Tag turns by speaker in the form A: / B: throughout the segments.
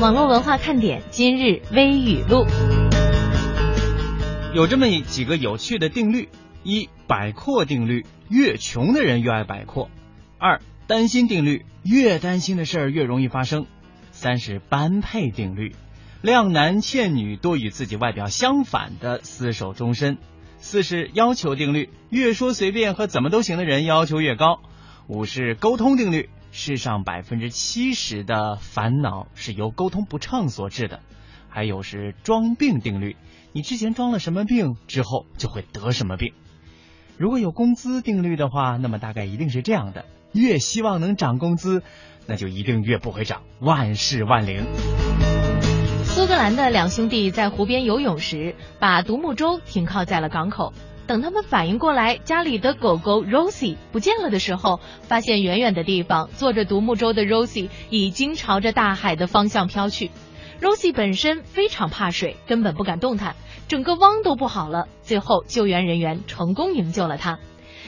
A: 网络文化看点今日微语录。
B: 有这么几个有趣的定律：一、摆阔定律，越穷的人越爱摆阔；二、担心定律，越担心的事儿越容易发生；三是般配定律，靓男倩女多与自己外表相反的厮守终身；四是要求定律，越说随便和怎么都行的人要求越高；五是沟通定律，世上百分之七十的烦恼是由沟通不畅所致的；还有是装病定律。你之前装了什么病，之后就会得什么病。如果有工资定律的话，那么大概一定是这样的：越希望能涨工资，那就一定越不会涨。万事万灵。
A: 苏格兰的两兄弟在湖边游泳时，把独木舟停靠在了港口。等他们反应过来，家里的狗狗 Rosie 不见了的时候，发现远远的地方坐着独木舟的 Rosie 已经朝着大海的方向飘去。Rosie 本身非常怕水，根本不敢动弹，整个汪都不好了。最后救援人员成功营救了他。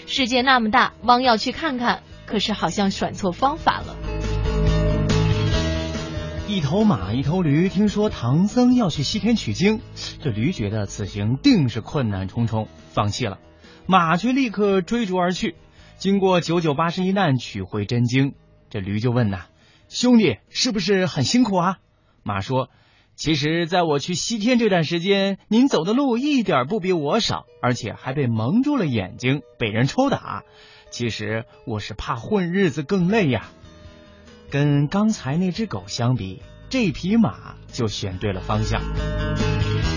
A: 世界那么大，汪要去看看，可是好像选错方法了。
B: 一头马，一头驴，听说唐僧要去西天取经，这驴觉得此行定是困难重重，放弃了。马却立刻追逐而去，经过九九八十一难取回真经。这驴就问呐、兄弟，是不是很辛苦啊？”马说：“其实，在我去西天这段时间，您走的路一点不比我少，而且还被蒙住了眼睛，被人抽打。其实我是怕混日子更累呀。跟刚才那只狗相比，这匹马就选对了方向。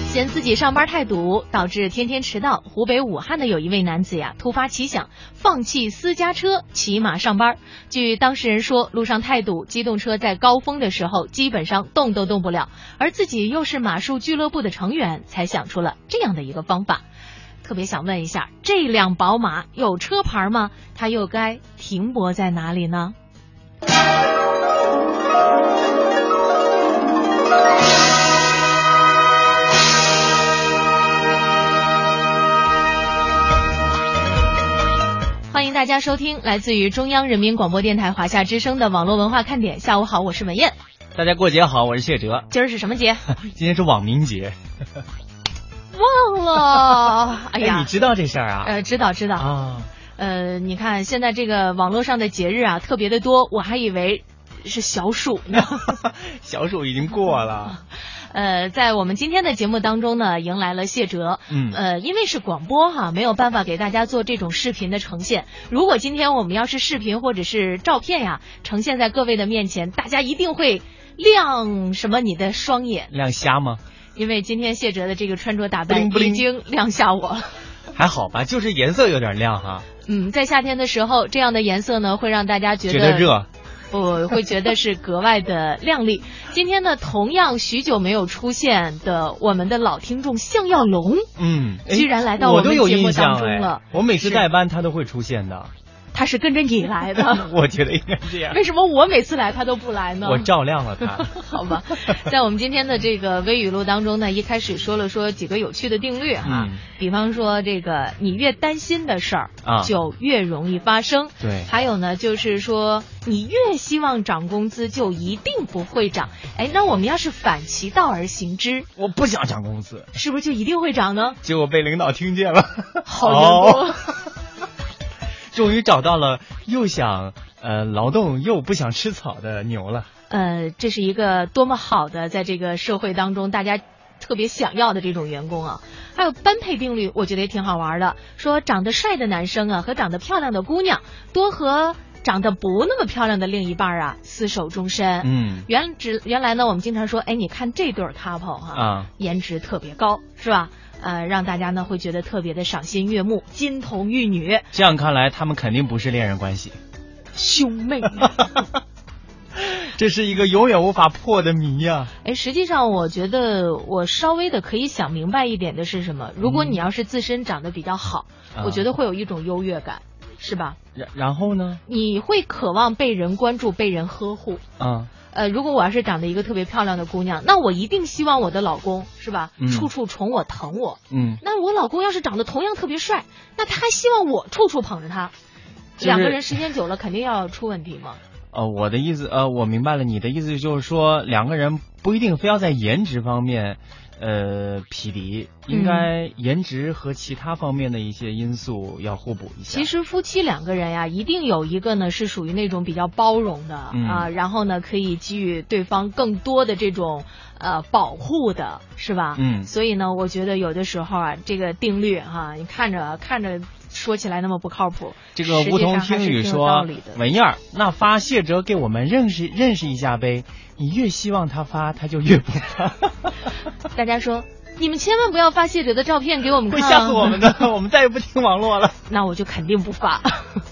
A: 嫌自己上班太堵，导致天天迟到。湖北武汉的有一位男子呀，突发奇想，放弃私家车，骑马上班。据当事人说，路上太堵，机动车在高峰的时候基本上动都动不了，而自己又是马术俱乐部的成员，才想出了这样的一个方法。特别想问一下，这辆宝马有车牌吗？它又该停泊在哪里呢？欢迎大家收听来自于中央人民广播电台华夏之声的网络文化看点。下午好，我是文燕。
B: 大家过节好，我是谢哲。
A: 今儿是什么节？
B: 今天是网民节，
A: 忘了。 哎
B: 你
A: 呀，
B: 知道这事儿啊？
A: 呃，知道知道。
B: 啊，
A: 呃，你看现在这个网络上的节日啊，特别的多，我还以为是小 暑
B: 嗯
A: 呢。
B: 小暑已经过了。
A: 呃，在我们今天的节目当中呢，迎来了谢哲。
B: 嗯
A: 呃，因为是广播哈，没有办法给大家做这种视频的呈现。如果今天我们要是视频或者是照片呀，呈现在各位的面前，大家一定会亮什么你的双眼，
B: 亮瞎吗？
A: 因为今天谢哲的这个穿着打扮
B: 灵不
A: 已
B: 灵
A: 经亮瞎我了。
B: 还好吧，就是颜色有点亮哈，
A: 嗯，在夏天的时候，这样的颜色呢，会让大家觉
B: 觉得热。
A: 我会觉得是格外的靓丽。今天呢，同样许久没有出现的我们的老听众向耀龙，
B: 嗯，哎
A: 居然来到
B: 我
A: 我们
B: 都有
A: 节目
B: 印象
A: 当中
B: 哎
A: 了
B: 我每次
A: 是
B: 代班他都会出现的，
A: 他是跟着你来的。
B: 我觉得应该这样。
A: 为什么我每次来他都不来呢？
B: 我照亮了 他。
A: 好吧，在我们今天的这个微语录当中呢，一开始说了说几个有趣的定律哈，
B: 嗯
A: 比方说这个你越担心的事儿
B: 啊
A: 就越容易发生，
B: 对
A: 还有呢就是说你越希望涨工资就一定不会涨，哎，那我们要是反其道而行之，
B: 我不想涨工资，
A: 是不是就一定会涨呢？
B: 结果被领导听见了。
A: 好啊员工。
B: 哦 终于找到了又想呃劳动又不想吃草的牛了。
A: 呃，这是一个多么好的，在这个社会当中大家特别想要的这种员工啊。还有般配定律，我觉得也挺好玩的。说长得帅的男生啊和长得漂亮的姑娘，多和长得不那么漂亮的另一半儿啊厮守终身。
B: 嗯
A: 原只原来呢，我们经常说，哎，你看这对儿 couple 哈、
B: 啊，
A: 颜值特别高，是吧？呃，让大家呢会觉得特别的赏心悦目，金童玉女，
B: 这样看来他们肯定不是恋人关 系，
A: 兄妹。
B: 这是一个永远无法破的谜啊呀、
A: 哎，实际上我觉得我稍微的可以想明白一点的是什么？如果
B: 嗯
A: 你要是自身长得比较好，
B: 啊
A: 我觉得会有一种优越感，是吧？
B: 然然后呢？
A: 你会渴望被人关注、被人呵护。
B: 啊，
A: 呃，如果我要是长得一个特别漂亮的姑娘，那我一定希望我的老公是吧，
B: 嗯
A: 处处宠我、疼我。
B: 嗯，
A: 那我老公要是长得同样特别帅，那他还希望我处处捧着他，
B: 就是
A: 两个人时间久了肯定要出问题嘛。
B: 呃，我的意思，呃，我明白了，你的意思就是说，两个人不一定非要在颜值方面，呃，匹敌，
A: 嗯
B: 应该颜值和其他方面的一些因素要互补一下。
A: 其实夫妻两个人呀、一定有一个呢是属于那种比较包容的、
B: 嗯
A: 啊，然后呢可以给予对方更多的这种呃保护的，是吧？
B: 嗯
A: 所以呢，我觉得有的时候啊，这个定律哈、你看着看着说起来那么不靠谱，
B: 这个
A: 实
B: 梧
A: 际上
B: 桐
A: 还是
B: 听
A: 挺
B: 雨
A: 有道
B: 说
A: 理的，
B: 文燕儿，那发谢哲给我们认识认识一下呗。你越希望他发，他就越 不发，
A: 大家说。你们千万不要发谢哲的照片给我们
B: 会
A: 看、啊，
B: 吓死我们的。我们再也不听网络了。
A: 那我就肯定不发。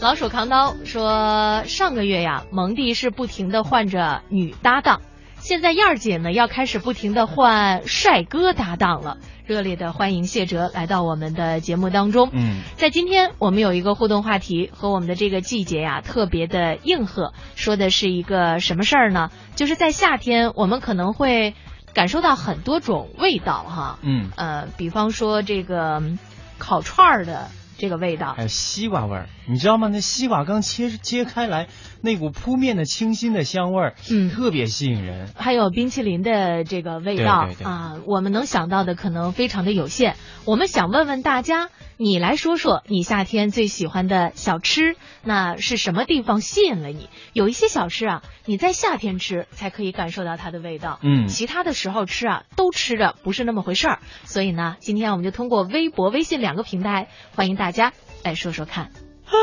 A: 老手扛刀说，上个月呀，蒙蒂是不停的换着女搭档，现在燕儿姐呢要开始不停的换帅哥搭档了。热烈的欢迎谢哲来到我们的节目当中。
B: 嗯，
A: 在今天我们有一个互动话题，和我们的这个季节呀、特别的应和，说的是一个什么事儿呢？就是在夏天，我们可能会感受到很多种味道哈。
B: 嗯，
A: 呃，比方说这个嗯烤串儿的这个味道
B: 还，有西瓜味儿，你知道吗？那西瓜刚切切开来，那股扑面的清新的香味儿，
A: 嗯
B: 特别吸引人。
A: 还有冰淇淋的这个味道
B: 对对对
A: 啊、我们能想到的可能非常的有限。我们想问问大家，你来说说你夏天最喜欢的小吃，那是什么地方吸引了你？有一些小吃啊，你在夏天吃才可以感受到它的味道。
B: 嗯
A: 其他的时候吃啊，都吃着不是那么回事儿。所以呢，今天我们就通过微博、微信两个平台，欢迎大家来说说看。
C: 啊，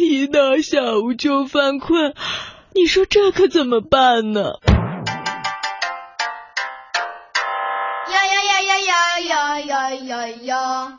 C: 一到下午就犯困，你说这可怎么办呢？
D: 呀呀呀呀呀呀呀呀呀！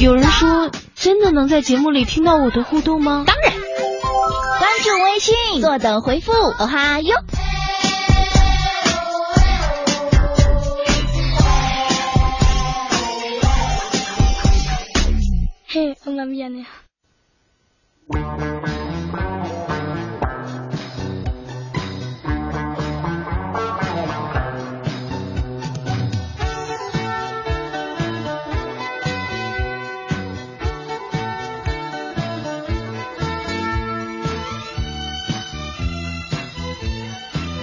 C: 有人说，真的能在节目里听到我的互动吗？
E: 关注微信，坐等回复，哦哈哟。
D: 嘿，我们演的呀。
F: 相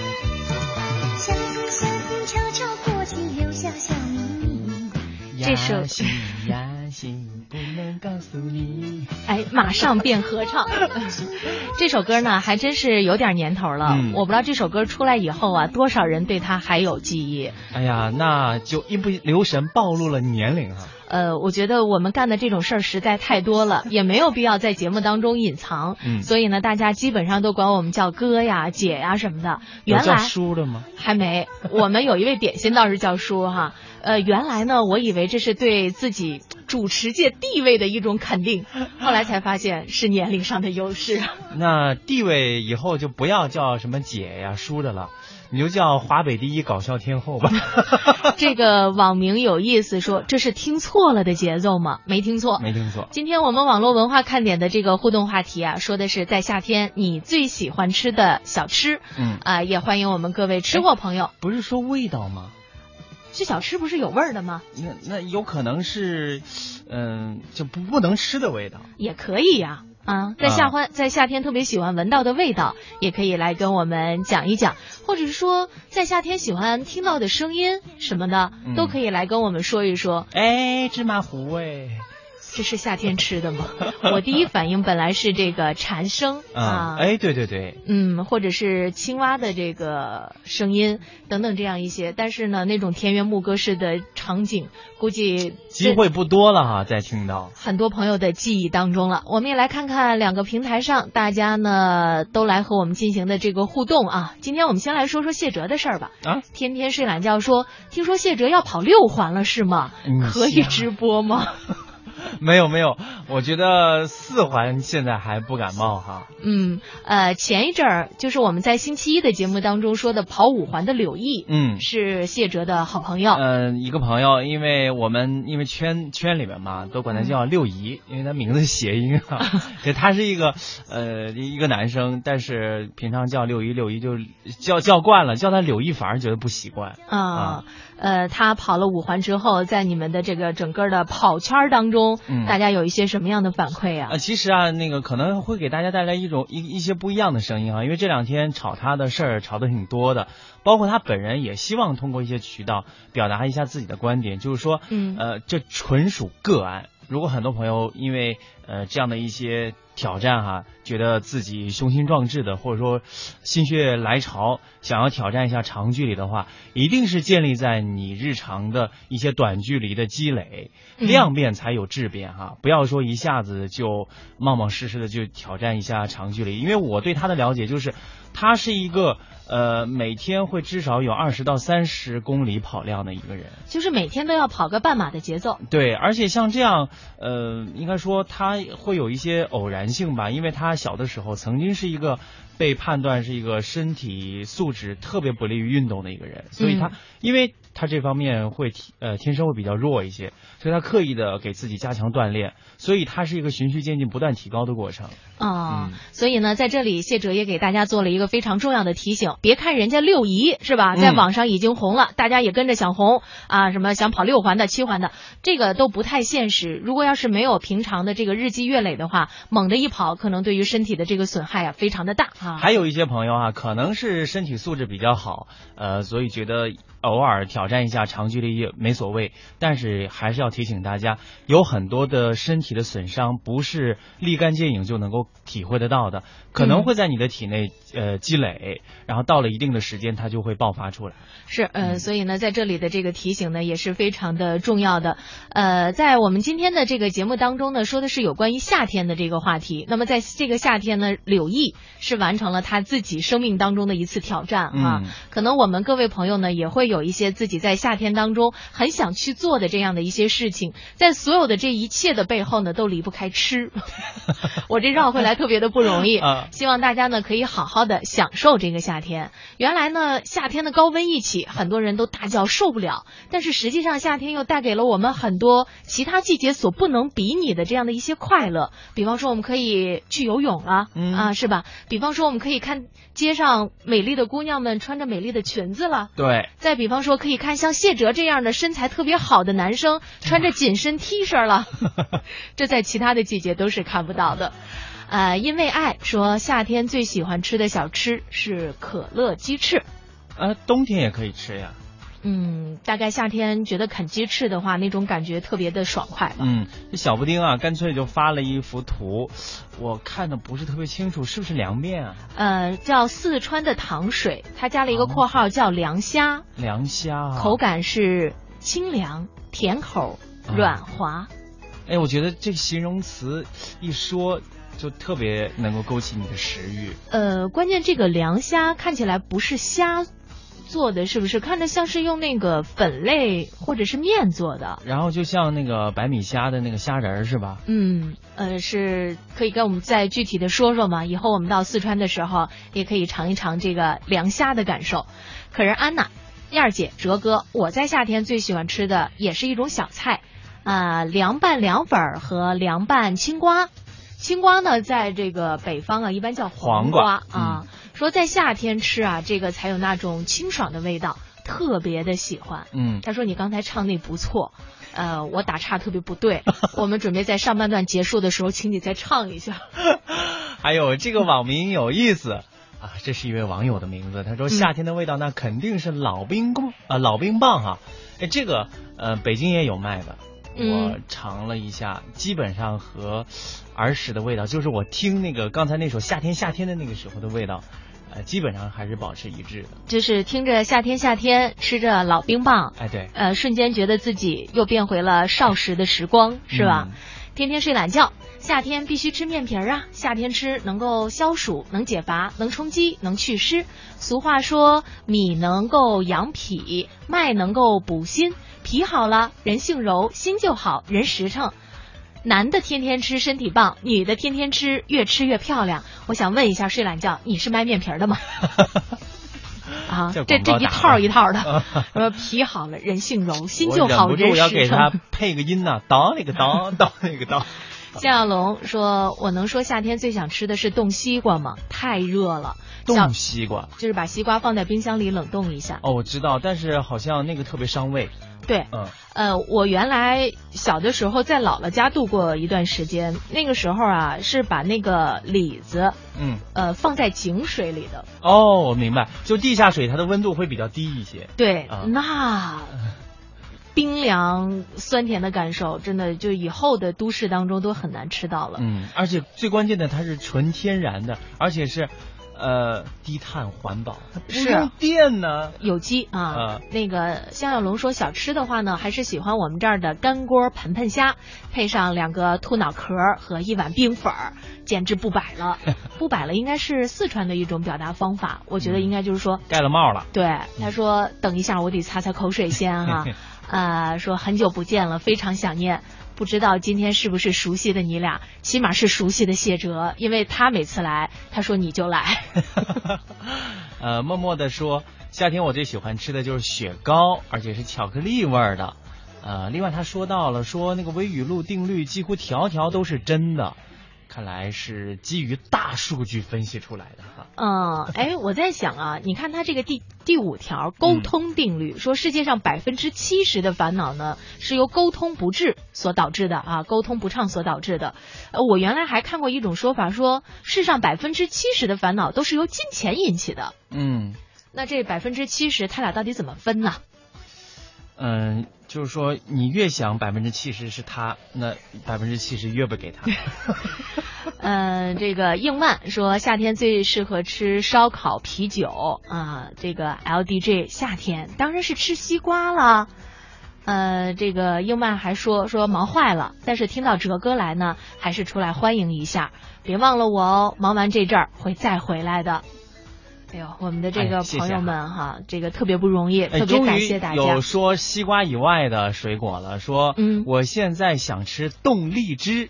F: 思相思悄悄过去，留下小秘密。
A: 这首
B: 呀西呀西，不能告诉你。
A: 哎，马上变合唱。 这首歌呢，还真是有点年头了。
B: 嗯
A: 我不知道这首歌出来以后啊，多少人对它还有记忆。
B: 哎呀，那就一不留神暴露了年龄啊！
A: 呃，我觉得我们干的这种事儿实在太多 了，也没有必要在节目当中隐藏。
B: 嗯
A: 所以呢，大家基本上都管我们叫哥呀、姐呀什么的。
B: 有
A: 原
B: 叫
A: 来
B: 叔的吗？
A: 还没，我们有一位点心倒是叫叔哈。呃，原来呢，我以为这是对自己主持界地位的一种肯定，后来才发现是年龄上的优 势。
B: 那地位以后就不要叫什么姐呀、叔的了，你就叫华北第一搞笑天后 吧。
A: 这个网名有意思说，这是听错了的节奏吗？没听错。
B: 没听错，
A: 今天我们网络文化看点的这个互动话题啊，说的是在夏天你最喜欢吃的小吃
B: 嗯，
A: 啊、也欢迎我们各位吃货朋友。
B: 不是说味道吗？
A: 这小吃不是有味儿的吗？
B: 那那有可能是，嗯、就不不能吃的味道。
A: 也可以呀、啊。在夏欢、在夏天特别喜欢闻到的味道，也可以来跟我们讲一讲，或者是说在夏天喜欢听到的声音什么的，
B: 嗯
A: 都可以来跟我们说一说。
B: 哎，芝麻糊哎，
A: 这是夏天吃 的吗？我第一反应本来是这个蝉声
B: 啊
A: 啊，，
B: 哎，对对对，
A: 嗯，或者是青蛙的这个声音等等这样一些，但是呢，那种田园牧歌式的场景，估计
B: 机会不多了哈，再听到。
A: 很多朋友的记忆当中了。我们也来看看两个平台上大家呢都来和我们进行的这个互动啊。今天我们先来说说谢哲的事儿吧。
B: 嗯啊，
A: 天天睡懒觉说，听说谢哲要跑六环了是吗
B: 嗯？
A: 可以
B: 是 啊
A: 直播吗？
B: 没有没有，我觉得四环现在还不感冒哈。
A: 嗯，呃，前一阵儿就是我们在星期一的节目当中说的跑五环的柳毅，
B: 嗯
A: 是谢哲的好朋友。
B: 嗯、一个朋友，因为我们因为圈圈里面嘛，都管他叫六姨，
A: 嗯
B: 因为他名字谐音 啊。对，他是一个呃一个男生，但是平常叫六姨，六姨就叫叫惯了，叫他柳毅反而觉得不习惯。
A: 啊、呃，他跑了五环之后，在你们的这个整个的跑圈儿当中，
B: 嗯
A: 大家有一些什么样的反馈啊
B: 啊，？其实啊，那个可能会给大家带来一种一一些不一样的声音啊，因为这两天炒他的事儿炒的挺多的，包括他本人也希望通过一些渠道表达一下自己的观点，就是说，
A: 嗯
B: 呃，这纯属个案。如果很多朋友因为呃这样的一些挑战哈、觉得自己雄心壮志的，或者说心血来潮想要挑战一下长距离的话，一定是建立在你日常的一些短距离的积累，
A: 嗯
B: 量变才有质变哈、不要说一下子就冒冒失失的就挑战一下长距离，因为我对他的了解就是，他是一个呃每天会至少有二十到三十公里跑量的一个人。
A: 就是每天都要跑个半马的节奏。
B: 对，而且像这样，呃，应该说他会有一些偶然性吧，因为他小的时候曾经是一个被判断是一个身体素质特别不利于运动的一个人，所以他、
A: 嗯
B: 因为他这方面会提呃天生会比较弱一些，所以他刻意的给自己加强锻炼，所以他是一个循序渐进、不断提高的过程。
A: 啊、
B: 嗯
A: 所以呢，在这里谢哲也给大家做了一个非常重要的提醒：别看人家六姨是吧，在
B: 嗯
A: 网上已经红了，大家也跟着想红啊，什么想跑六环的、七环的，这个都不太现实。如果要是没有平常的这个日积月累的话，猛的一跑，可能对于身体的这个损害啊，非常的大啊。
B: 还有一些朋友啊，可能是身体素质比较好，呃，所以觉得偶尔挑战一下长距离也没所谓。但是还是要提醒大家，有很多的身体的损伤不是立竿见影就能够体会得到的，可能会在你的体内呃积累，然后到了一定的时间，它就会爆发出来。
A: 是，呃，
B: 嗯
A: 所以呢，在这里的这个提醒呢，也是非常的重要的。呃，在我们今天的这个节目当中呢，说的是有关于夏天的这个话题。那么在这个夏天呢，柳毅是完成了他自己生命当中的一次挑战啊。
B: 嗯
A: 可能我们各位朋友呢，也会有一些自己在夏天当中很想去做的这样的一些事情。在所有的这一切的背后呢，都离不开吃。 我这绕回来特别的不容易
B: 啊，
A: 希望大家呢可以好好的享受这个夏天。原来呢，夏天的高温一起，很多人都大叫受不了。但是实际上，夏天又带给了我们很多其他季节所不能比拟的这样的一些快乐。比方说，我们可以去游泳了、
B: 嗯
A: 啊，是吧？比方说，我们可以看街上美丽的姑娘们穿着美丽的裙子了。
B: 对，
A: 再比方说，可以看像谢哲这样的身材特别好的男生穿着紧身 T 恤了，这在其他的季节都是看不到的。呃，因为爱说夏天最喜欢吃的小吃是可乐鸡翅。
B: 呃，冬天也可以吃呀。
A: 嗯，大概夏天觉得啃鸡翅的话，那种感觉特别的爽快吧。
B: 嗯，这小布丁啊，干脆就发了一幅图，我看的不是特别清楚，是不是凉面啊？
A: 呃，叫四川的糖水，它加了一个括号叫凉虾，
B: 凉虾、啊，
A: 口感是清凉、甜口、
B: 嗯
A: 软滑。
B: 哎，我觉得这个形容词一说，就特别能够勾起你的食欲。
A: 呃，关键这个凉虾看起来不是虾做的，是不是？看着像是用那个粉类或者是面做的。
B: 然后就像那个白米虾的那个虾仁儿是吧？
A: 嗯，呃，是可以跟我们再具体的说说吗？以后我们到四川的时候，也可以尝一尝这个凉虾的感受。可是安娜、燕儿姐、哲哥，我在夏天最喜欢吃的也是一种小菜，啊、凉拌凉粉儿和凉拌青瓜。青瓜呢，在这个北方啊，一般叫黄
B: 黄瓜
A: 啊。说在夏天吃啊，这个才有那种清爽的味道，特别的喜欢。
B: 嗯，
A: 他说你刚才唱那不错，呃，我打岔特别不对，我们准备在上半段结束的时候，请你再唱一下。
B: 还有哎这个网名有意思。啊，这是一位网友的名字，他说夏天的味道那肯定是老冰棍啊，老冰棒哈、哎，这个呃，北京也有卖的，
A: 嗯
B: 我尝了一下，基本上和儿时的味道，就是我听那个刚才那首《夏天夏天》的那个时候的味道，呃，基本上还是保持一致的。
A: 就是听着夏天夏天，吃着老冰棒，
B: 哎，对，
A: 呃，瞬间觉得自己又变回了少时的时光，是吧？
B: 嗯
A: 天天睡懒觉，夏天必须吃面皮儿啊！夏天吃能够消暑，能解乏，能充饥，能祛湿。俗话说，米能够养脾，麦能够补心，脾好了，人性柔，心就好，人实诚。男的天天吃身体棒，女的天天吃越吃越漂亮。我想问一下，睡懒觉你是卖面皮儿 的吗？啊，
B: 这
A: 这
B: 广
A: 这
B: 告
A: 一
B: 打的
A: 套一套的，什么皮好了人性柔，心就好
B: 啊我
A: 人
B: 忍不住要
A: 实
B: 给
A: 诚
B: 他。配个音呐、 当那个 当，当那个当。
A: 夏小龙说：“我能说夏天最想吃的是冻西瓜吗？太热了，小
B: 冻西瓜
A: 就是把西瓜放在冰箱里冷冻一下。
B: 哦，我知道，但是好像那个特别伤胃。
A: 对，
B: 嗯，
A: 呃，我原来小的时候在姥姥家度过一段时间，那个时候啊是把那个李子，
B: 嗯，
A: 呃，放在井水里的。
B: 哦，我明白，就地下水它的温度会比较低一些。
A: 对，
B: 啊
A: 那冰凉酸甜的感受，真的就以后的都市当中都很难吃到了。
B: 嗯，而且最关键的，它是纯天然的，而且是，呃，低碳环保，它不
A: 啊是
B: 用电呢。
A: 有机啊，
B: 啊
A: 那个向小龙说小吃的话呢，还是喜欢我们这儿的干锅盆盆虾，配上两个兔脑壳儿和一碗冰粉儿，简直不摆了。不摆了，应该是四川的一种表达方法，我觉得应该就是说，
B: 盖了帽了，
A: 对他说等一下我得擦擦口水先哈、啊，说很久不见了，非常想念。不知道今天是不是熟悉的你俩，起码是熟悉的谢哲，因为他每次来，他说你就来。
B: 呃，默默的说，夏天我最喜欢吃的就是雪糕，而且是巧克力味儿的。呃，另外他说到了，说那个微雨露定律几乎条条都是真的，看来是基于大数据分析出来的哈。
A: 嗯，哎，我在想啊，你看他这个第第五条沟通定律，说世界上百分之七十的烦恼呢是由沟通不治所导致的啊，沟通不畅所导致的。呃，我原来还看过一种说法说，世上百分之七十的烦恼都是由金钱引起的。
B: 嗯
A: 那这百分之七十，他俩到底怎么分呢？
B: 嗯、就是说你越想百分之七十是他，那百分之七十越不给 他。哎
A: 嗯，这个应曼说夏天最适合吃烧烤、啤酒啊、这个 LDJ 夏天当然是吃西瓜啦。呃，这个应曼还说说忙坏了，但是听到哲哥来呢，还是出来欢迎一下。别忘了我哦，忙完这阵儿会再回来的。哎呦，我们的这
B: 哎
A: 个
B: 谢谢
A: 朋友
B: 啊
A: 们哈，这个特别不容易，
B: 哎，
A: 特别
B: 终
A: 感
B: 于
A: 谢大家。
B: 有说西瓜以外的水果了，说
A: 嗯
B: 我现在想吃冻荔枝。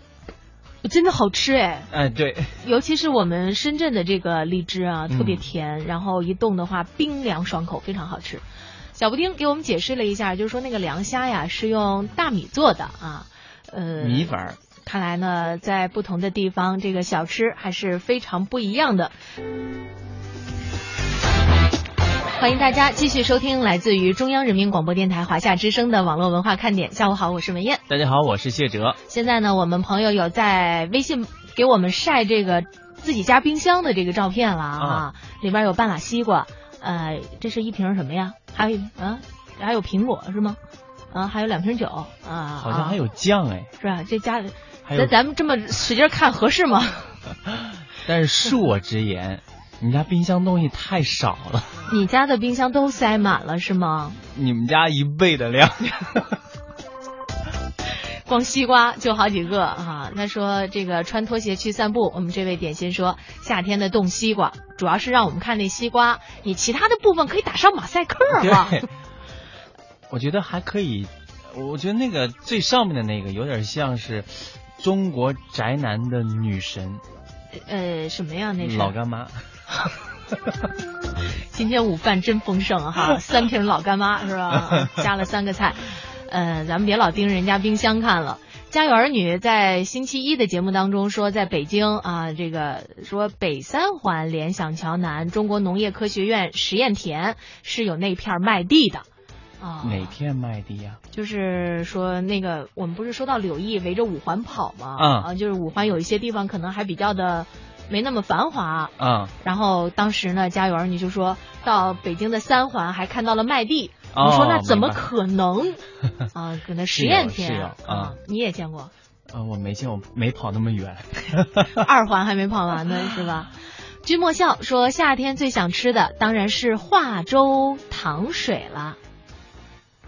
A: 真的好吃哎。
B: 哎，对，
A: 尤其是我们深圳的这个荔枝啊，
B: 嗯
A: 特别甜，然后一冻的话冰凉爽口，非常好吃。小布丁给我们解释了一下，就是说那个凉虾呀是用大米做的啊，呃，
B: 米粉儿。
A: 看来呢，在不同的地方，这个小吃还是非常不一样的。欢迎大家继续收听来自于中央人民广播电台华夏之声的网络文化看点。下午好，我是文燕。
B: 大家好，我是谢哲。
A: 现在呢，我们朋友有在微信给我们晒这个自己家冰箱的这个照片了啊，
B: 啊
A: 里边有半拉西瓜，呃，这是一瓶什么呀？还有一啊，还有苹果是吗？啊，还有两瓶酒啊，
B: 好像
A: 啊
B: 还有酱哎，
A: 是吧？这家里，
B: 还有
A: 咱咱们这么使劲看合适 吗？
B: 但是恕我直 言，你家冰箱东西太少了，
A: 你家的冰箱都塞满了是吗？
B: 你们家一倍 的量。
A: 光西瓜就好几个啊。他说这个穿拖鞋去散步，我们这位点心说夏天的冻西瓜，主要是让我们看那西瓜，你其他的部分可以打上马赛克嘛。
B: 对，我觉得还可以，我觉得那个最上面的那个有点像是中国宅男的女神
A: 呃，什么呀？那是
B: 老干妈。
A: 哦今天午饭真丰盛啊 哈，三瓶老干妈是吧？加了三个菜，呃，咱们别老盯人家冰箱看了。家有儿女在星期一的节目当中说，在北京啊，这个说北三环联想桥南中国农业科学院实验田是有那片麦地的。啊，
B: 哪片麦地呀、
A: 就是说那个，我们不是说到柳毅围着五环跑吗？
B: 嗯
A: 啊，就是五环有一些地方可能还比较的没那么繁华，
B: 啊？
A: 然后当时呢，家有儿女就说到北京的三环还看到了麦地，我
B: 哦
A: 说那怎么
B: 明白
A: 可能 啊？可能实验
B: 是
A: 田
B: 有是有啊
A: 你也见过，
B: 啊，我没见，我没跑那么远。
A: 二环还没跑完呢，是 吧？君莫笑说，夏天最想吃的当然是化州糖水了。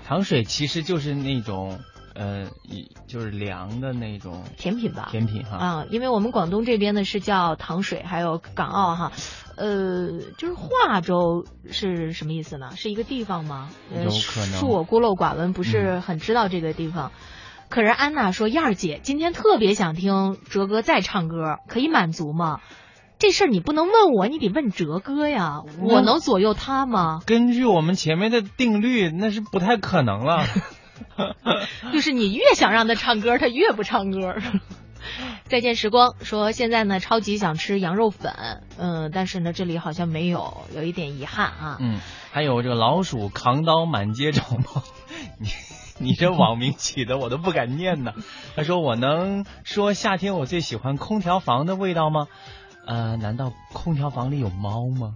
B: 糖水其实就是那种呃，一就是凉的那种
A: 甜品吧
B: 甜品哈。
A: 啊，因为我们广东这边呢是叫糖水，还有港澳哈，呃，就是化州是什么意思呢？是一个地方吗？呃
B: 有可能嗯
A: 恕我孤陋寡闻，不是很知道这个地方。可是安娜说：“燕儿姐，今天特别想听哲哥再唱歌，可以满足吗？”这事儿你不能问我，你得问哲哥呀，我能左右他吗？
B: 根据我们前面的定律，那是不太可能 了。
A: 就是你越想让他唱歌，他越不唱歌。 再见时光说现在呢，超级想吃羊肉粉，嗯，但是呢，这里好像没有，有一点遗憾啊。
B: 嗯，还有这个老鼠扛刀满街找猫， 你你这网名起的我都不敢念呢。他说我能说夏天我最喜欢空调房的味道吗？呃，难道空调房里有猫吗？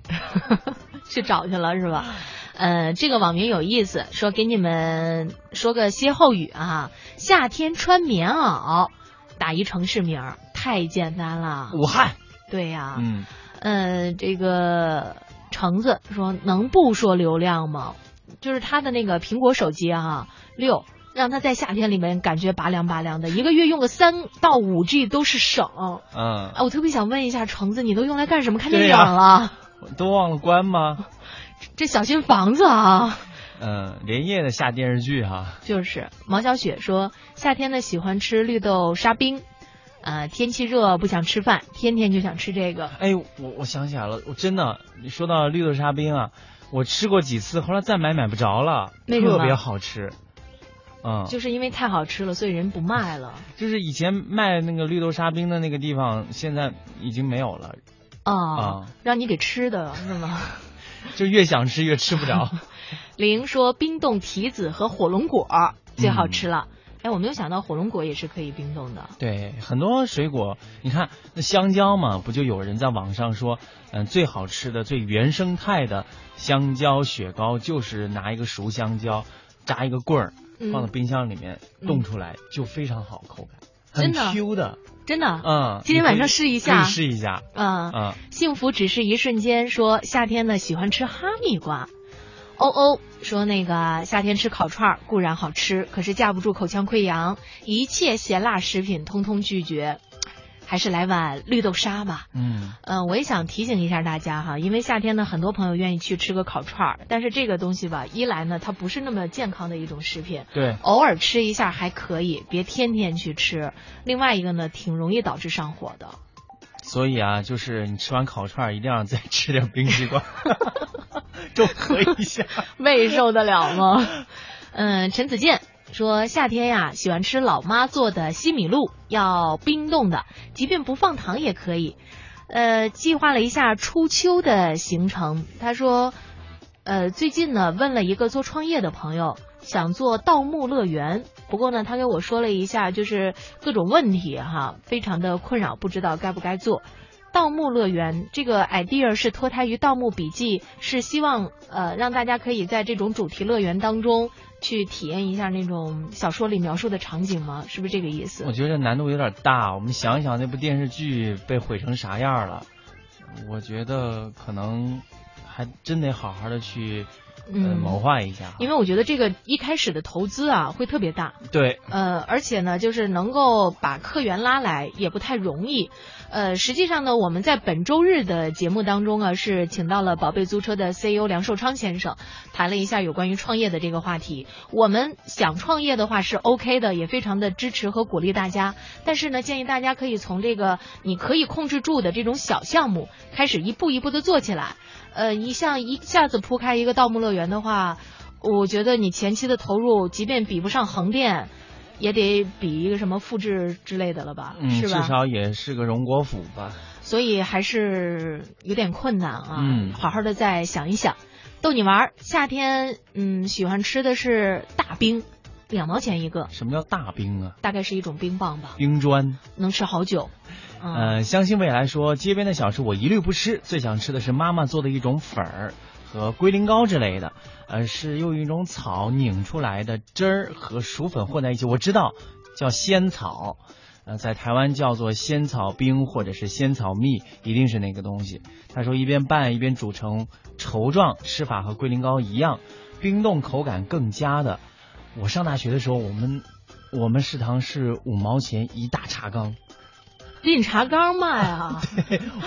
A: 去找去了是吧？呃，这个网名有意思，说给你们说个歇后语啊，夏天穿棉袄，打一城市名儿，太简单了。
B: 武汉，
A: 对呀、
B: 嗯，
A: 呃，这个橙子说能不说流量吗？就是他的那个苹果手机啊，六让他在夏天里面感觉拔凉拔凉的，一个月用个三到五 G 都是省。
B: 嗯，
A: 啊，我特别想问一下橙子，你都用来干什么？看电
B: 对
A: 影
B: 呀
A: 了？
B: 都忘了关吗？
A: 这小心房子啊！
B: 嗯、连夜的下电视剧哈、
A: 就是毛小雪说，夏天呢喜欢吃绿豆沙冰，呃，天气热不想吃饭，天天就想吃这个。
B: 哎，我我想起来了，我真的，你说到绿豆沙冰啊，我吃过几次，后来再买买不着了，
A: 为什么
B: 特别好吃。嗯，就
A: 就是因为太好吃了，所以人不卖了
B: 就是以前卖那个绿豆沙冰的那个地方，现在已经没有了，
A: 啊、
B: 啊
A: 让你给吃的是吗？
B: 就越想吃越吃不着。
A: 玲说冰冻提子和火龙果儿最好吃了。哎，我没有想到火龙果也是可以冰冻的。
B: 对，很多水果，你看那香蕉嘛，不就有人在网上说，嗯、最好吃的、最原生态的香蕉雪糕，就是拿一个熟香蕉，扎一个棍儿，
A: 嗯
B: 放到冰箱里面
A: 嗯
B: 冻出来，就非常好口感，
A: 真
B: 很
A: 的
B: Q 的，
A: 真的，
B: 嗯，
A: 今天
B: 你
A: 晚
B: 可以
A: 上试一下
B: 可以试一下，
A: 嗯
B: 嗯，
A: 幸福只是一瞬间说夏天呢喜欢吃哈密瓜，欧欧说那个夏天吃烤串儿固然好吃，可是架不住口腔溃疡，一切咸辣食品通通拒绝，还是来碗绿豆沙吧。
B: 嗯，
A: 嗯，我也想提醒一下大家哈，因为夏天呢，很多朋友愿意去吃个烤串儿，但是这个东西吧，一来呢，它不是那么健康的一种食品，
B: 对，
A: 偶尔吃一下还可以，别天天去吃。另外一个呢，挺容易导致上火的。
B: 所以啊，就是你吃完烤串儿一定要再吃点冰 西瓜，中和一下。
A: 胃受得了吗？ 嗯，陈子健说夏天呀，喜欢吃老妈做的西米露，要冰冻的，即便不放糖也可以。呃，计划了一下初秋的行程，他说，呃，最近呢问了一个做创业的朋友，想做盗墓乐园，不过呢，他给我说了一下，就是各种问题哈，非常的困扰，不知道该不该做。盗墓乐园这个 idea 是脱胎于《盗墓笔记》，是希望呃让大家可以在这种主题乐园当中去体验一下那种小说里描述的场景吗？是不是这个意
B: 我
A: 思？
B: 觉得难度有点大，我们想一想那部电视剧被毁成啥样了，我觉得可能还真得好好的去呃、
A: 嗯
B: 谋划一下。
A: 因为我觉得这个一开始的投资啊会特别大，
B: 对，
A: 呃，而且呢，就是能够把客源拉来也不太容易。呃，实际上呢，我们在本周日的节目当中啊，是请到了宝贝租车的 CEO 梁寿昌先生，谈了一下有关于创业的这个话题。我们想创业的话是 OK 的，也非常的支持和鼓励大家。但是呢，建议大家可以从这个你可以控制住的这种小项目开始，一步一步的做起来。呃，你像一下子铺开一个盗墓乐园的话，我觉得你前期的投入，即便比不上横店，也得比一个什么复制之类的了吧，
B: 嗯，
A: 是
B: 至
A: 吧？
B: 少也是个荣国府吧。
A: 所以还是有点困难啊。
B: 嗯
A: 好好的再想一想，逗你玩儿。夏天，嗯，喜欢吃的是大冰，两毛钱一个，
B: 什么叫大冰啊？
A: 大概是一种冰棒吧，
B: 冰砖。
A: 能吃好久。嗯，
B: 呃，相信未来说，街边的小吃我一律不吃，最想吃的是妈妈做的一种粉儿和龟苓膏之类的，呃，是用一种草拧出来的汁儿和薯粉混在一起，我知道叫仙草。呃，在台湾叫做仙草冰或者是仙草蜜，一定是那个东西。他说一边拌一边煮成稠状，吃法和龟苓膏一样，冰冻口感更佳的。我上大学的时候，我们我们食堂是五毛钱一大茶缸，
A: 炖茶啊缸嘛呀，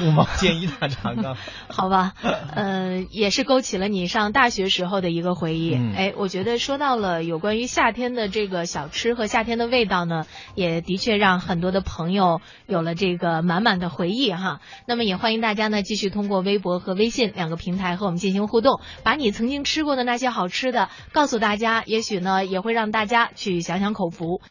B: 五毛钱一大茶缸。
A: 好吧，呃，也是勾起了你上大学时候的一个回忆。
B: 嗯
A: 哎，我觉得说到了有关于夏天的这个小吃和夏天的味道呢，也的确让很多的朋友有了这个满满的回忆哈。那么也欢迎大家呢继续通过微博和微信两个平台和我们进行互动，把你曾经吃过的那些好吃的告诉大家，也许呢也会让大家去享享口福。